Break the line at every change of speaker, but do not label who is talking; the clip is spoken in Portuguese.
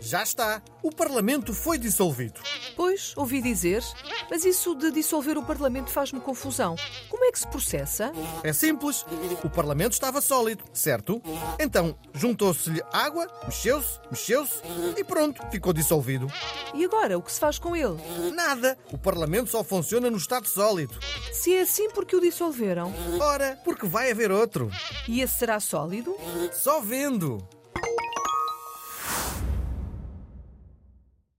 Já está. O Parlamento foi dissolvido.
Pois, ouvi dizer. Mas isso de dissolver o Parlamento faz-me confusão. Como é que se processa?
É simples. O Parlamento estava sólido, certo? Então, juntou-se-lhe água, mexeu-se, mexeu-se e pronto, ficou dissolvido.
E agora, o que se faz com ele?
Nada. O Parlamento só funciona no estado sólido.
Se é assim, porque o dissolveram?
Ora, porque vai haver outro.
E esse será sólido?
Só vendo.